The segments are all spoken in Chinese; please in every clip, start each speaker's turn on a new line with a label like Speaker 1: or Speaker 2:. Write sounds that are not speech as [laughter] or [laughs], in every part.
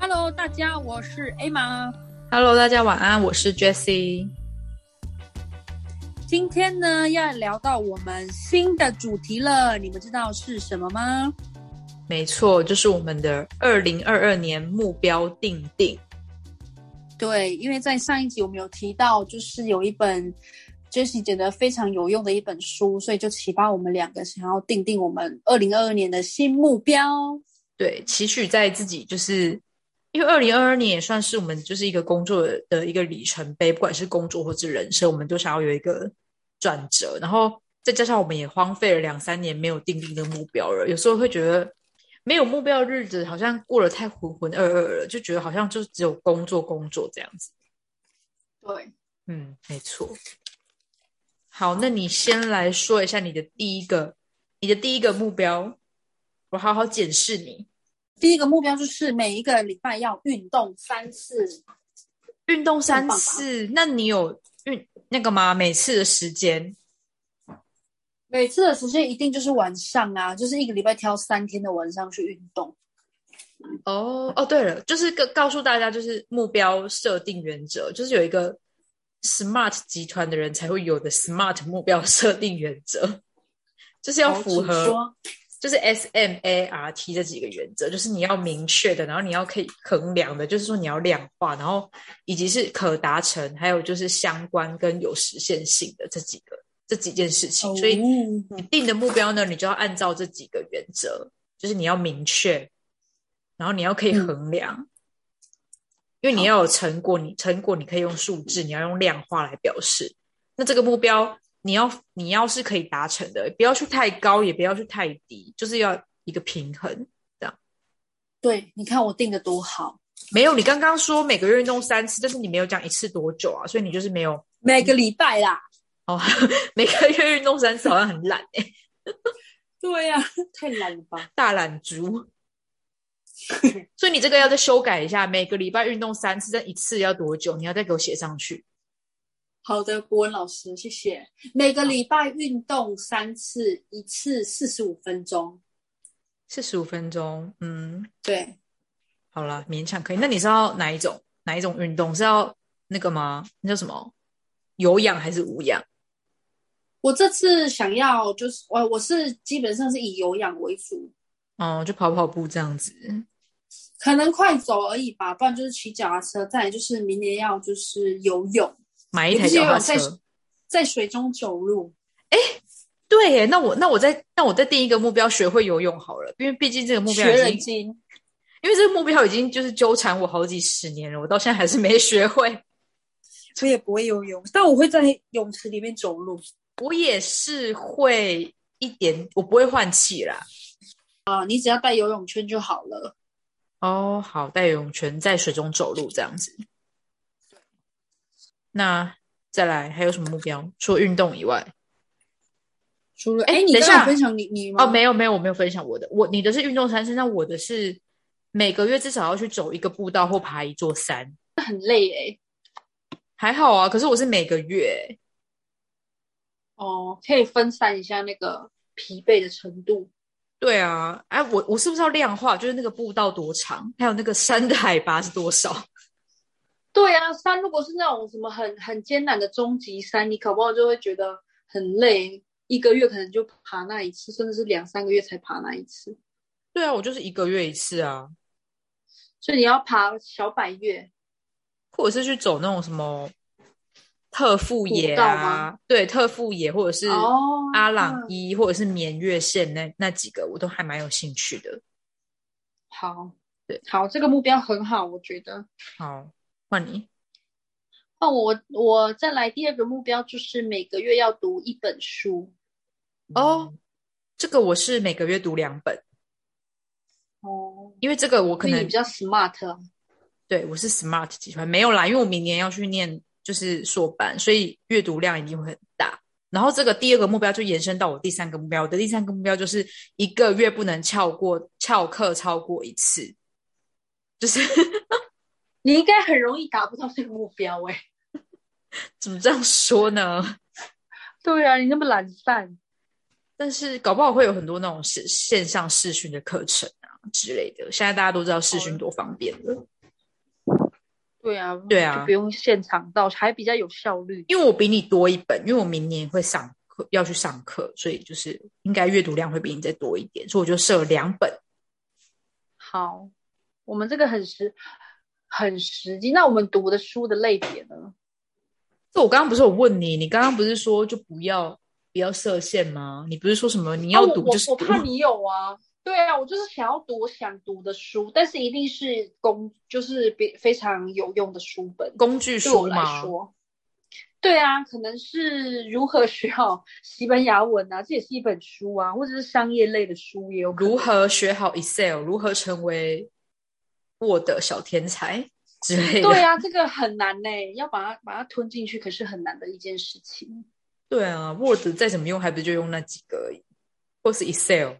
Speaker 1: Hello，大家，我是 A 妈。
Speaker 2: Hello，大家晚安，我是 Jessie。
Speaker 1: 今天呢，要聊到我们新的主题了，你们知道是什么吗？
Speaker 2: 没错，就是我们的二零二二年目标定定。
Speaker 1: 对，因为在上一集我们有提到，就是有一本 Jessie 觉得非常有用的一本书，所以就启发我们两个想要定定我们二零二二年的新目标。
Speaker 2: 对，期许在自己，就是因为二零二二年也算是我们就是一个工作的的一个里程碑，不管是工作或是人生，我们都想要有一个转折。然后再加上我们也荒废了两三年没有定定这个目标了，有时候会觉得没有目标的日子好像过得太浑浑噩噩了，就觉得好像就只有工作工作这样子。
Speaker 1: 对，
Speaker 2: 嗯，没错。好，那你先来说一下你的第一个，你的第一个目标，我好好检视你。
Speaker 1: 第一个目标就是每一个礼拜要运动三次。
Speaker 2: 运动三
Speaker 1: 棒吧
Speaker 2: 次，那你有运那个吗？每次的时间
Speaker 1: 每次的时间一定就是晚上啊，就是一个礼拜挑三天的晚上去运动。
Speaker 2: 哦哦，对了，就是告告诉大家，就是目标设定原则，就是有一个 SMART 集团的人才会有的 SMART 目标设定原则，就是要
Speaker 1: 好
Speaker 2: 符
Speaker 1: 请
Speaker 2: 合
Speaker 1: 说
Speaker 2: 就是 S M A R T 这几个原则，就是你要明确的，然后你要可以衡量的，就是说你要量化，然后以及是可达成，还有就是相关跟有实现性的这几个这几件事情。所以
Speaker 1: 哦
Speaker 2: 你定的目标呢，你就要按照这几个原则，就是你要明确，然后你要可以衡量，因为你要有成果，你成果你可以用数字，你要用量化来表示。那这个目标，你要你要是可以达成的，不要去太高，也不要去太低，就是要一个平衡。
Speaker 1: 对，你看我定的多好，
Speaker 2: 没有，你刚刚说每个月运动三次，但是你没有讲一次多久啊，所以你就是没有
Speaker 1: 每个礼拜啦。
Speaker 2: 哦， [laughs] 每个月运动三次好像很懒哎、
Speaker 1: 对 [laughs] 呀、太懒了吧？
Speaker 2: 大懒 [laughs] 猪。所以你这个要再修改一下，每个礼拜运动三次，但一次要多久？你要再给我写上去。
Speaker 1: 好的，国文老师，谢谢。每个礼拜运动三次，一次四十五分钟。
Speaker 2: 四十五分钟，嗯，
Speaker 1: 对，
Speaker 2: 好啦，勉强可以。那你是要哪一种哪一种运动？是要那个吗？那叫什么？有氧还是无氧？
Speaker 1: 我这次想要就是我我是基本上是以有氧为主，
Speaker 2: 哦，就跑跑步这样子。
Speaker 1: 可能快走而已吧，不然就是骑脚踏车，再来就是明年要就是游泳，
Speaker 2: 买一
Speaker 1: 你不
Speaker 2: 台
Speaker 1: 是
Speaker 2: 脚
Speaker 1: 游
Speaker 2: 踏
Speaker 1: 泳在
Speaker 2: 车。
Speaker 1: 在水中走路。
Speaker 2: 对耶，那我那我再那我再定一个目标，学会游泳好了，因为毕竟这个目标
Speaker 1: 学
Speaker 2: 已
Speaker 1: 人
Speaker 2: 经，
Speaker 1: 精，
Speaker 2: 因为这个目标已经就是纠缠我好几十年了，我到现在还是没学会。
Speaker 1: 我也不会游泳，但我会在泳池里面走路。
Speaker 2: 我也是会一点，我不会换气啦。
Speaker 1: 啊，你只要带游泳圈就好了。
Speaker 2: 哦，好，戴泳圈在水中走路这样子。那再来还有什么目标？除了运动以外，
Speaker 1: 除了
Speaker 2: 哎
Speaker 1: 哎，你
Speaker 2: 等一
Speaker 1: 刚刚
Speaker 2: 下
Speaker 1: 有分享你你吗？
Speaker 2: 哦，没有没有，我没有分享我的，我你的是运动三次，那我的是每个月至少要去走一个步道或爬一座山，
Speaker 1: 很累哎、
Speaker 2: 还好啊。可是我是每个月，
Speaker 1: 哦，可以分散一下那个疲惫的程度。
Speaker 2: 对啊，哎，我我是不是要量化？就是那个步道多长，还有那个山的海拔是多少？
Speaker 1: 对啊，山如果是那种什么很很艰难的终极山，你搞不好就会觉得很累，一个月可能就爬那一次，甚至是两三个月才爬那一次。
Speaker 2: 对啊，我就是一个月一次啊。
Speaker 1: 所以你要爬小百越，
Speaker 2: 或者是去走那种什么特富野
Speaker 1: 古道
Speaker 2: 啊
Speaker 1: 吗，
Speaker 2: 对，特富野或者是
Speaker 1: 哦，
Speaker 2: 阿朗伊、或者是绵月线那那几个，我都还蛮有兴趣的。
Speaker 1: 好，
Speaker 2: 对，
Speaker 1: 好，这个目标很好，我觉得。
Speaker 2: 好，换你
Speaker 1: 那我我再来第二个目标就是每个月要读一本书。
Speaker 2: 哦。这个我是每个月读两本，
Speaker 1: 哦，
Speaker 2: 因为这个我可
Speaker 1: 因为你
Speaker 2: 能
Speaker 1: 比较 smart 啊。
Speaker 2: 对我是 smart 集团没有啦，因为我明年要去念就是硕班，所以阅读量一定会很大。然后这个第二个目标就延伸到我第三个目标，我的第三个目标就是一个月不能翘过翘课超过一次，就是
Speaker 1: 你应该很容易达不到这个目标 [laughs] 哎、
Speaker 2: 怎么这样说呢？ [laughs]
Speaker 1: 对啊，你那么懒散，
Speaker 2: 但是搞不好会有很多那种线线上视讯的课程啊之类的。现在大家都知道视讯多方便了，
Speaker 1: 对啊，
Speaker 2: 对啊
Speaker 1: 就不用现场到，还比较有效率。
Speaker 2: 因为我比你多一本，因为我明年会上课要去上课，所以就是应该阅读量会比你再多一点，所以我就设两本。
Speaker 1: 好，我们这个很实很实际。那我们读的书的类别呢？
Speaker 2: 这我刚刚不是有问你，你刚刚不是说就不要不要设限吗？你不是说什么你要
Speaker 1: 啊
Speaker 2: 读
Speaker 1: 我
Speaker 2: 就是
Speaker 1: 我我
Speaker 2: 读
Speaker 1: 怕你有啊。对啊，我就是想要读我想读的书，但是一定是工，就是比非常有用的书本。
Speaker 2: 工具
Speaker 1: 对我
Speaker 2: 书
Speaker 1: 来
Speaker 2: 吗？
Speaker 1: 说，对啊，可能是如何学好 [laughs] 西班牙文啊，这也是一本书啊，或者是商业类的书也有可能。
Speaker 2: 如何学好 Excel？如何成为 Word 小天才之类的？
Speaker 1: 对啊，这个很难呢、要把它把它吞进去，可是很难的一件事情。
Speaker 2: 对啊，Word 再怎么用，还不就用那几个而已，或是 Excel。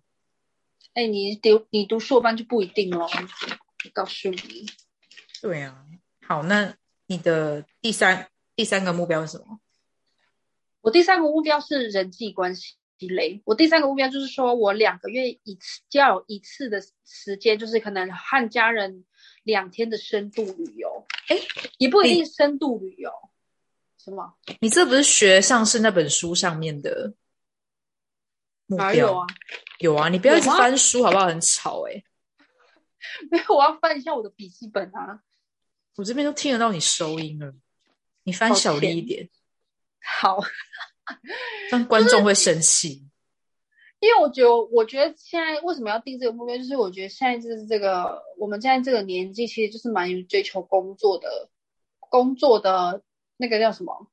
Speaker 1: 哎，你读你读硕班就不一定喽，我告诉你，
Speaker 2: 对啊，好，那你的第三第三个目标是什么？
Speaker 1: 我第三个目标是人际关系类。我第三个目标就是说我两个月一次就要有一次的时间，就是可能和家人两天的深度旅游。哎，也不一定深度旅游，什么
Speaker 2: 你这不是学上次那本书上面的目标？
Speaker 1: 哪有啊？？ [laughs]
Speaker 2: 有啊，你不要一直
Speaker 1: 有吗
Speaker 2: 翻书好不好？很吵哎、
Speaker 1: 没有，我要翻一下我的笔记本啊。
Speaker 2: 我这边都听得到你收音了，你翻小力一点，
Speaker 1: 好，
Speaker 2: 这样观众会生气。
Speaker 1: 因为我觉得，我觉得现在为什么要定这个目标，就是我觉得现在就是这个我们现在这个年纪，其实就是蛮于追求工作的，工作的那个叫什么？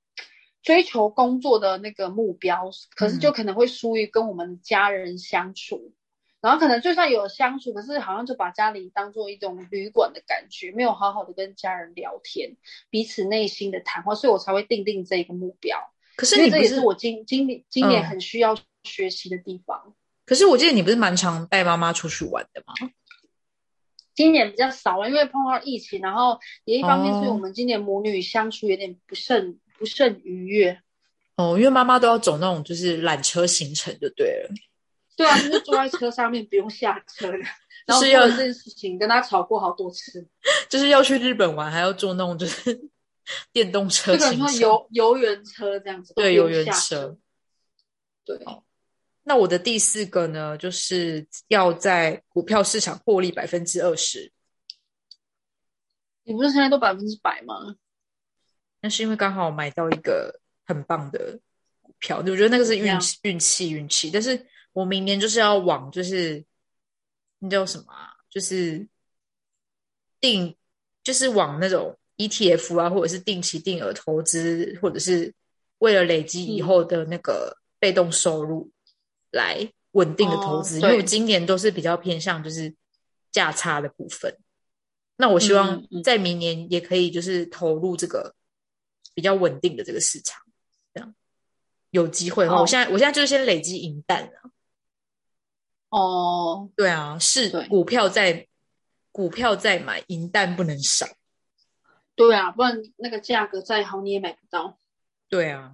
Speaker 1: 追求工作的那个目标，可
Speaker 2: 嗯
Speaker 1: 是就可能会疏于跟我们家人相处，然后可能就算有相处，可是好像就把家里当做一种旅馆的感觉，没有好好的跟家人聊天，彼此内心的谈话，所以我才会定定这个目标。
Speaker 2: 可
Speaker 1: 因
Speaker 2: 是
Speaker 1: 为
Speaker 2: 你
Speaker 1: 这
Speaker 2: 不
Speaker 1: 也
Speaker 2: 是
Speaker 1: 是我今今年今年
Speaker 2: 嗯
Speaker 1: 很需要学习的地方。
Speaker 2: 可是我记得你不是蛮常带妈妈出去玩的吗？
Speaker 1: 今年比较少了，因为碰到疫情，然后也一方面
Speaker 2: 哦
Speaker 1: 是我们今年母女相处有点不甚不甚愉悦。
Speaker 2: 哦，因为妈妈都要走那种就是缆车行程就对了。
Speaker 1: 对啊，就是坐在车上面不用下
Speaker 2: [laughs]
Speaker 1: 车的，然后
Speaker 2: 是
Speaker 1: 做
Speaker 2: 要
Speaker 1: 了这件事情跟他吵过好多次。
Speaker 2: 就是要去日本玩，还要坐那种就是 [laughs] 电动车
Speaker 1: 这个人
Speaker 2: 行
Speaker 1: 说
Speaker 2: 程。
Speaker 1: 游游园车这样子，
Speaker 2: 对
Speaker 1: 都不
Speaker 2: 游
Speaker 1: 用
Speaker 2: 园
Speaker 1: 下
Speaker 2: 车。。哦
Speaker 1: 对，
Speaker 2: 那我的第四个呢，就是要在股票市场获利百分之二十。
Speaker 1: 你不是现在都百分之百吗？
Speaker 2: 那是因为刚好买到一个很棒的股票，我觉得那个是运气、运气、运气。但是我明年就是要往就是那叫什么啊？就是定，就是往那种 ETF 啊，或者是定期定额投资，或者是为了累积
Speaker 1: 嗯
Speaker 2: 以后的那个被动收入来稳定的投资。
Speaker 1: 哦
Speaker 2: 因为我
Speaker 1: 对
Speaker 2: 今年都是比较偏向就是价差的部分。那我希望
Speaker 1: 嗯嗯嗯
Speaker 2: 在明年也可以就是投入这个比较稳定的这个市场，这样有机会的话，
Speaker 1: 好
Speaker 2: 我现在我现在就是先累积银弹啊，
Speaker 1: 哦，
Speaker 2: 对啊，是
Speaker 1: 对
Speaker 2: 股票在股票在买，银弹不能少，
Speaker 1: 对啊，不然那个价格再好你也买不到。
Speaker 2: 对啊，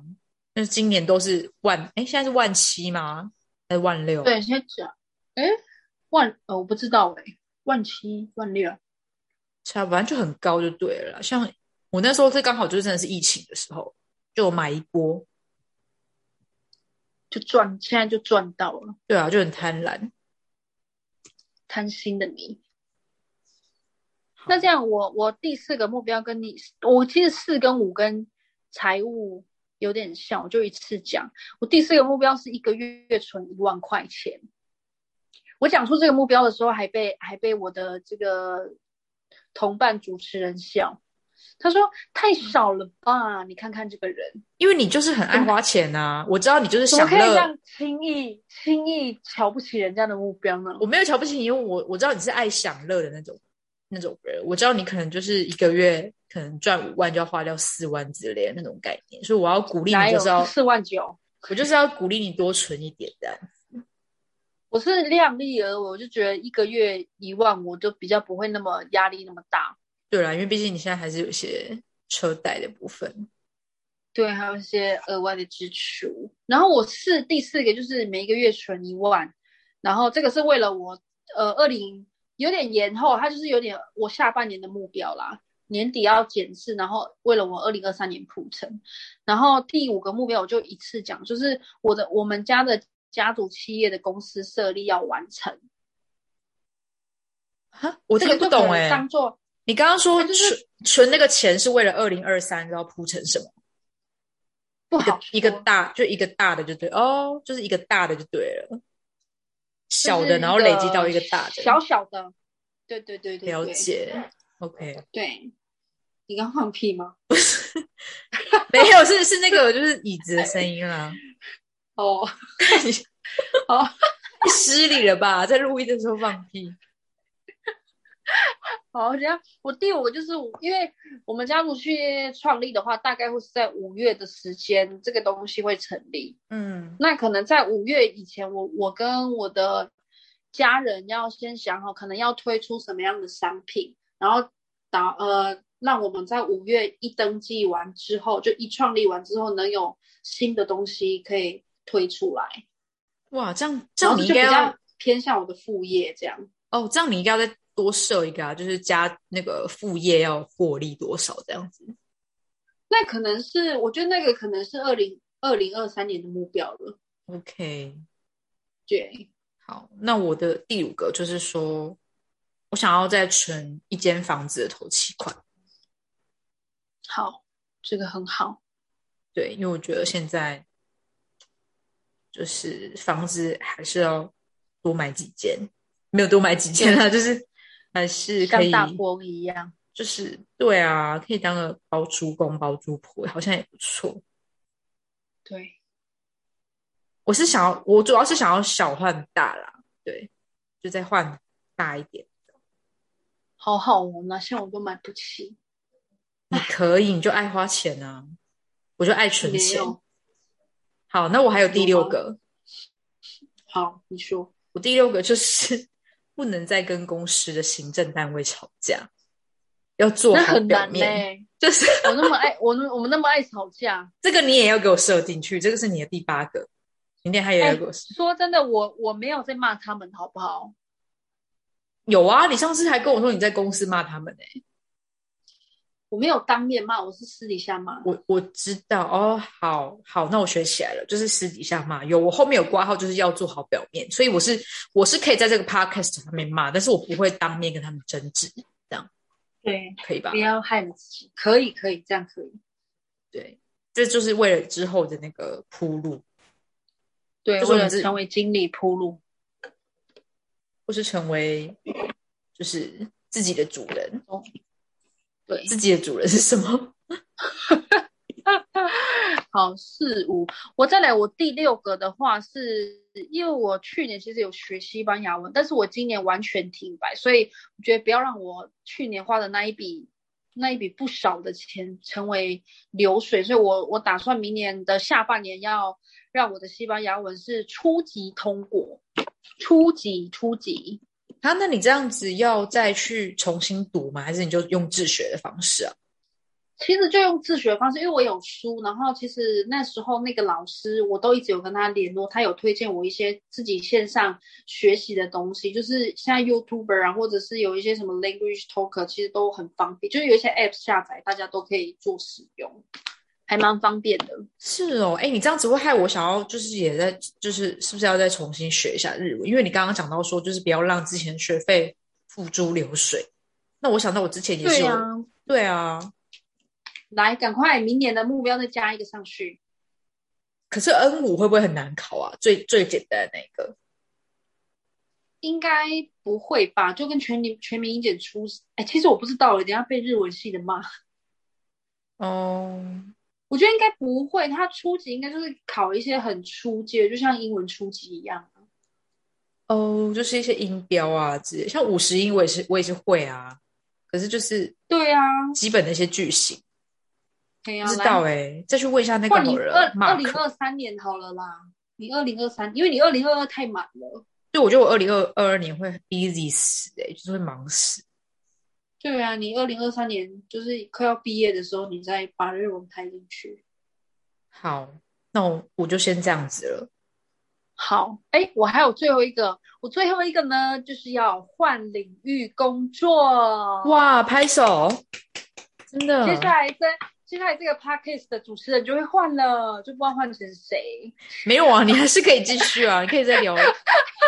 Speaker 2: 那今年都是万哎，现在是万七吗？还是万六？，
Speaker 1: 对，现在讲，哎，万呃，我不知道哎、万七万六。
Speaker 2: 差不多反正就很高就对了啦。像我那时候是刚好就是真的是疫情的时候，就有买一波，
Speaker 1: 就赚，现在就赚到了，
Speaker 2: 对啊，就很贪婪。
Speaker 1: 贪心的你。那这样我，我第四个目标跟你，我其实四跟五跟财务有点像，我就一次讲。我第四个目标是一个月存一万块钱。我讲出这个目标的时候，还被还被我的这个同伴主持人笑，他说太少了
Speaker 2: 嗯
Speaker 1: 吧？你看看这个人，
Speaker 2: 因为你就是很爱花钱呐、我知道你就是
Speaker 1: 怎么
Speaker 2: 享
Speaker 1: 可以这
Speaker 2: 乐
Speaker 1: 样，轻易轻易瞧不起人家的目标呢？
Speaker 2: 我没有瞧不起你，因为我我知道你是爱享乐的那种那种人，我知道你可能就是一个月可能赚五万就要花掉四万之类的那种概念，所以我要鼓励
Speaker 1: 哪
Speaker 2: 你，
Speaker 1: 有
Speaker 2: 就是要
Speaker 1: 四万九？
Speaker 2: 我就是要鼓励你多存一点的。
Speaker 1: 我是量力而为，我就觉得一个月一万，我就比较不会那么压力那么大。
Speaker 2: 对啦，因为毕竟你现在还是有一些车贷的部分，
Speaker 1: 对，还有一些额外的支出。然后我是第四个，就是每一个月存一万，然后这个是为了我呃二零有点延后，它就是有点我下半年的目标啦，年底要检视，然后为了我二零二三年铺陈。然后第五个目标我就一次讲，就是我的我们家的家族企业的公司设立要完成，
Speaker 2: 啊，我
Speaker 1: 这
Speaker 2: 听
Speaker 1: 个
Speaker 2: 不
Speaker 1: 就可
Speaker 2: 懂
Speaker 1: 能
Speaker 2: 哎、
Speaker 1: 当做
Speaker 2: 你刚刚说
Speaker 1: 它哎就
Speaker 2: 存
Speaker 1: 是
Speaker 2: 存那个钱是为了二零二三要铺成什么？
Speaker 1: 不
Speaker 2: 一个
Speaker 1: 好
Speaker 2: 一个
Speaker 1: 说
Speaker 2: 大就一个大的就对哦，就是一个大的就对了，小
Speaker 1: 就
Speaker 2: 的
Speaker 1: 是
Speaker 2: 然后
Speaker 1: 一
Speaker 2: 累积到一个大的，
Speaker 1: 小小的，对对对对，
Speaker 2: 了
Speaker 1: 对。
Speaker 2: 解。OK，
Speaker 1: 对，你刚放屁吗？
Speaker 2: 没有是是那个就是椅子的声音啦，
Speaker 1: 哦，
Speaker 2: [laughs] 哦太失礼了吧？在录音的时候放屁，
Speaker 1: 好，这样我第五个就是我因为我们家族去创立的话，大概会是在五月的时间，这个东西会成立。
Speaker 2: 嗯
Speaker 1: 那可能在五月以前，我我跟我的家人要先想好，可能要推出什么样的商品，然后打呃，让我们在五月一登记完之后，就一创立完之后，能有新的东西可以推出来。
Speaker 2: 哇，这样这
Speaker 1: 然
Speaker 2: 样
Speaker 1: 后
Speaker 2: 你
Speaker 1: 这就
Speaker 2: 应该
Speaker 1: 比
Speaker 2: 要
Speaker 1: 较偏向我的副业这样。
Speaker 2: 哦，这样你应该要再多设一个啊，就是加那个副业要获利多少这样子。
Speaker 1: 那可能是，我觉得那个可能是二零二零二三年的目标了。
Speaker 2: OK，
Speaker 1: 对，
Speaker 2: 好，那我的第五个就是说，我想要再存一间房子的头期款。
Speaker 1: 好，这个很好。
Speaker 2: 对，因为我觉得现在就是房子还是要多买几间，没有多买几间啊，就是还是可
Speaker 1: 像
Speaker 2: 以，
Speaker 1: 大波一样，
Speaker 2: 就是对啊，可以当个包租公、包租婆，好像也不错。
Speaker 1: 对，
Speaker 2: 我是想要，我主要是想要小换大啦，对，就再换大一点。
Speaker 1: 好好哦，那像我都买不起，
Speaker 2: 你可以，你就爱花钱啊，我就爱存
Speaker 1: 没
Speaker 2: 钱。
Speaker 1: 有。
Speaker 2: 好，那我还有第
Speaker 1: 有
Speaker 2: 六
Speaker 1: 吗
Speaker 2: 个，
Speaker 1: 好，你说，
Speaker 2: 我第六个就是 [laughs] 不能再跟公司的行政单位吵架，要做
Speaker 1: 那
Speaker 2: 好
Speaker 1: 很
Speaker 2: 表
Speaker 1: 难呢、
Speaker 2: 面。就是
Speaker 1: 我那么爱，我那我们那么爱吵架。
Speaker 2: 这个你也要给我设进去，这个是你的第八个，明天还有
Speaker 1: 哎
Speaker 2: 要给我设。
Speaker 1: 说真的，我我没有在骂他们，好不好？
Speaker 2: 有啊，你上次还跟我说你在公司骂他们呢、
Speaker 1: 我没有当面骂，我是私底下骂。
Speaker 2: 我我知道哦，好好，那我学起来了，就是私底下骂。有我后面有挂号，就是要做好表面，所以我是我是可以在这个 podcast 上面骂，但是我不会当面跟他们争执，
Speaker 1: 对，
Speaker 2: 可以吧
Speaker 1: 不？要害你自己。可以，可以，这样可以。
Speaker 2: 对，这就是为了之后的那个铺路，
Speaker 1: 对，
Speaker 2: 就是
Speaker 1: 为
Speaker 2: 我们
Speaker 1: 了
Speaker 2: 自己
Speaker 1: 成为经理铺路。
Speaker 2: 或是成为就是自己的主人。
Speaker 1: 对，
Speaker 2: 自己的主人是什么？ [laughs]
Speaker 1: [laughs] 好，四五，我再来，我第六个的话是，因为我去年其实有学西班牙文，但是我今年完全停摆，所以我觉得不要让我去年花的那一笔那一笔不少的钱成为流水，所以我我打算明年的下半年要让我的西班牙文是初级通过，初级初级，
Speaker 2: 啊，那你这样子要再去重新读吗？还是你就用自学的方式啊？
Speaker 1: 其实就用自学方式，因为我有书，然后其实那时候那个老师我都一直有跟他联络，他有推荐我一些自己线上学习的东西，就是现在 YouTuber 啊，或者是有一些什么 Language Talker，其实都很方便，就是有一些 App 下载，大家都可以做使用，还蛮方便的。
Speaker 2: 是哦，哎，你这样子会害我想要，就是也在，就是是不是要再重新学一下日文？因为你刚刚讲到说，就是不要让之前学费付诸流水。那我想到我之前也
Speaker 1: 对
Speaker 2: 是有，
Speaker 1: 呀、
Speaker 2: 对啊，
Speaker 1: 来，赶快明年的目标再加一个上去。
Speaker 2: 可是 N 五会不会很难考啊？最最简单的那个，
Speaker 1: 应该不会吧？就跟全民全民英检出，哎，其实我不知道了，等一下被日文系的骂。
Speaker 2: 哦，
Speaker 1: 我觉得应该不会，他初级应该就是考一些很初阶，就像英文初级一样。啊
Speaker 2: 哦，就是一些音标啊之类，像五十音我也是我也是会啊，可是就是
Speaker 1: 对啊，
Speaker 2: 基本的一些句型。
Speaker 1: 对
Speaker 2: 不
Speaker 1: 啊，
Speaker 2: 知
Speaker 1: 来，
Speaker 2: 道哎、再去问一下那个
Speaker 1: 换你
Speaker 2: 好
Speaker 1: 二
Speaker 2: 人
Speaker 1: 二零
Speaker 2: Mark。
Speaker 1: 二三年好了啦，你二零二三，因为你二零二二太满了。
Speaker 2: 对，我觉得我二零二二二年会 busy 死哎、就是会忙死。
Speaker 1: 对啊，你二零二三年就是快要毕业的时候，你再把日文拍进去。
Speaker 2: 好，那我我就先这样子了。
Speaker 1: 好，哎，我还有最后一个，我最后一个呢，就是要换领域工作。，
Speaker 2: 哇，拍手，真的。
Speaker 1: 接下来这接下来这个 podcast 的主持人就会换了，就不知道换成谁，
Speaker 2: 没有啊，你还是可以继续啊，你可以再聊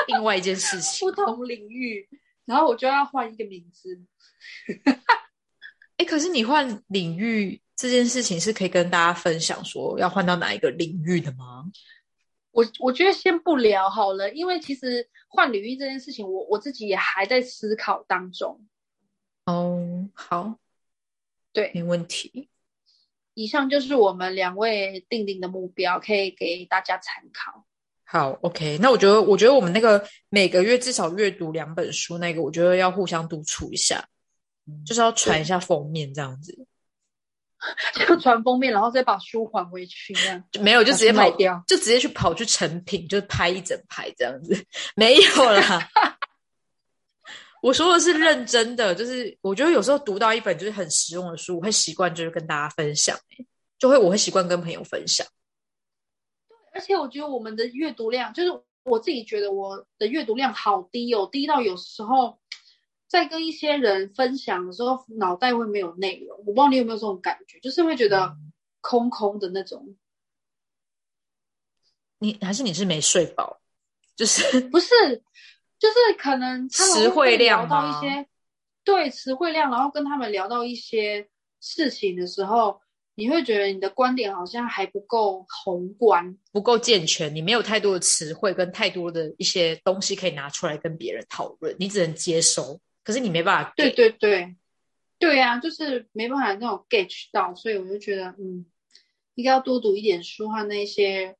Speaker 2: 另外一件事情
Speaker 1: 不。同领域，然后我就要换一个名字。
Speaker 2: 哎，可是你换领域这件事情是可以跟大家分享说要换到哪一个领域的吗？
Speaker 1: 我我觉得先不聊好了，因为其实换领域这件事情我，我自己也还在思考当中。
Speaker 2: 哦，好，
Speaker 1: 对，
Speaker 2: 没问题。
Speaker 1: 以上就是我们两位定定的目标，可以给大家参考。
Speaker 2: 好，OK，那我觉得，我觉得我们那个每个月至少阅读两本书，那个我觉得要互相督促一下，
Speaker 1: 嗯
Speaker 2: 就是要传一下封面这样子，
Speaker 1: 就传封面，然后再把书还回去，这样
Speaker 2: 就没 [laughs] 有就直接
Speaker 1: 把
Speaker 2: 跑
Speaker 1: 它卖掉。
Speaker 2: 就直接去跑去成品，就拍一整排这样子，没有啦。我说的是认真的，就是我觉得有时候读到一本就是很实用的书，我会习惯就是跟大家分享、欸就会我会习惯跟朋友分享。
Speaker 1: 而且我觉得我们的阅读量，就是我自己觉得我的阅读量好低哦，低到有时候在跟一些人分享的时候，脑袋会没有内容。我不知道你有没有这种感觉，就是会觉得
Speaker 2: 嗯
Speaker 1: 空空的那种。
Speaker 2: 你还是你是没睡饱，就是
Speaker 1: 不是，就是可能他们
Speaker 2: 词汇
Speaker 1: 会
Speaker 2: 量
Speaker 1: 聊到一
Speaker 2: 吗
Speaker 1: 些对词汇量，然后跟他们聊到一些事情的时候，你会觉得你的观点好像还不够宏观。
Speaker 2: 不够健全，你没有太多的词汇跟太多的一些东西可以拿出来跟别人讨论，你只能接收，可是你没办法给
Speaker 1: 对对对，对啊，就是没办法那种 get 到，所以我就觉得，嗯，应该要多读一点书和那些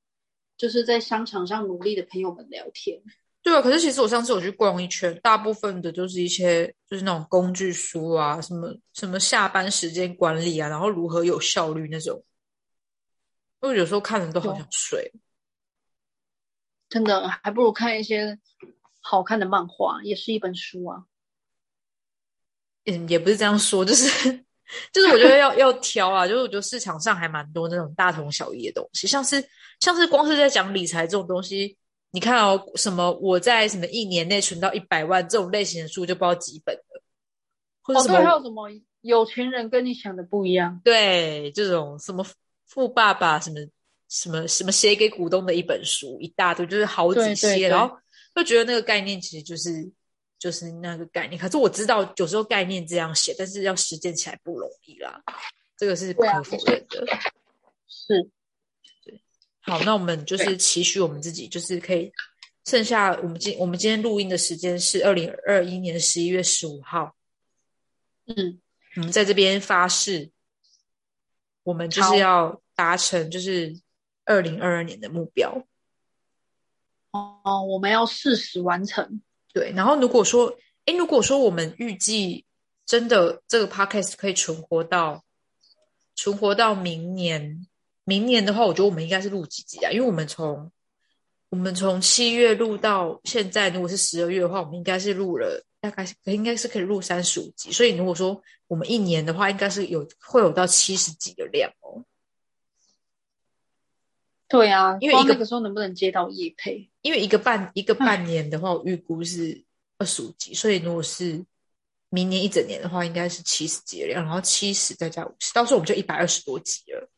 Speaker 1: 就是在商场上努力的朋友们聊天。
Speaker 2: 对啊，可是其实我上次我去逛一圈，大部分的都是一些就是那种工具书啊，什么什么下班时间管理啊，然后如何有效率那种。因为有时候看了都好想睡。
Speaker 1: 真的，还不如看一些好看的漫画，也是一本书啊。
Speaker 2: 嗯，也不是这样说，就是 [laughs] 就是我觉得要要挑啊，就是我觉得市场上还蛮多那种大同小异的东西，像是像是光是在讲理财这种东西，你看哦，什么我在什么一年内存到一百万这种类型的书就不知道几本了，或者
Speaker 1: 哦，
Speaker 2: 什
Speaker 1: 对，
Speaker 2: 么、
Speaker 1: 还有什么有钱人跟你想的不一样？
Speaker 2: 对，这种什么富爸爸什么什么什么写给股东的一本书，一大堆就是好几
Speaker 1: 对对
Speaker 2: 些，
Speaker 1: 对
Speaker 2: 然后就觉得那个概念其实就是就是那个概念。可是我知道有时候概念这样写，但是要实践起来不容易啦，这个是不
Speaker 1: 对啊
Speaker 2: 可否认的。
Speaker 1: 是，
Speaker 2: 好，那我们就是期许我们自己，就是可以剩下我们今我们今天录音的时间是二零二一年十一月十五号，
Speaker 1: 嗯，
Speaker 2: 我们在这边发誓，我们就
Speaker 1: 好
Speaker 2: 是要达成就是二零二二年的目标。
Speaker 1: 哦，我们要适时完成。
Speaker 2: 对，然后如果说，诶，如果说我们预计真的这个 podcast 可以存活到存活到明年，明年的话，我觉得我们应该是录几集啊？因为我们从我们从七月录到现在，如果是十二月的话，我们应该是录了大概是应该是可以录三十五集，所以如果说我们一年的话，应该是有会有到七十集的量哦。
Speaker 1: 对啊，
Speaker 2: 因为
Speaker 1: 不知道
Speaker 2: 一个
Speaker 1: 那个时候能不能接到业配？
Speaker 2: 因为一个半一
Speaker 1: 嗯
Speaker 2: 个半年的话，我预估是二十五集，所以如果是明年一整年的话，应该是七十集的量，然后七十再加五十，到时候我们就一百二十多集了。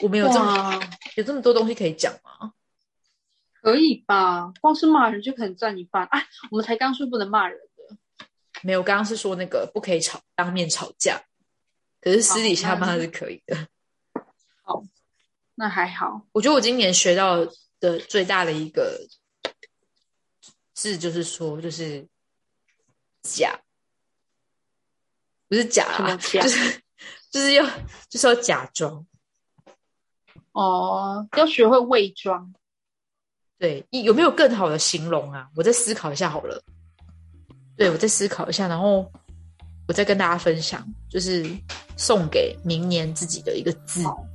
Speaker 2: 我们有这么
Speaker 1: 哇，
Speaker 2: 有这么多东西可以讲吗？
Speaker 1: 可以吧？光是骂人就可能占一半。哎，我们才刚说不能骂人的，
Speaker 2: 没有，刚刚是说那个不可以吵，当面吵架，可是私底下
Speaker 1: 好那
Speaker 2: 嘛是可以的。
Speaker 1: 那还好。
Speaker 2: 我觉得我今年学到的最大的一个字就是说，就是假，不是假啊
Speaker 1: 什
Speaker 2: 啦，
Speaker 1: 么假
Speaker 2: 就是 [laughs] 就是要就是要假装。
Speaker 1: 哦，要学会伪装。
Speaker 2: 对，一有没有更好的形容啊？我再思考一下好了。对，我再思考一下，然后我再跟大家分享，就是送给明年自己的一个字。
Speaker 1: 好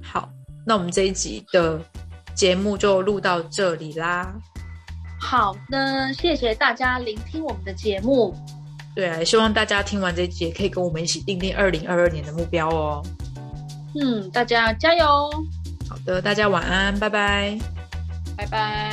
Speaker 2: 好，那我们这一集的节目就录到这里啦。
Speaker 1: 好的，谢谢大家聆听我们的节目。
Speaker 2: 对啊，也希望大家听完这一集，也可以跟我们一起定定二零二二年的目标哦。
Speaker 1: 嗯，大家加油！
Speaker 2: 好的，大家晚安，拜拜。
Speaker 1: 拜拜。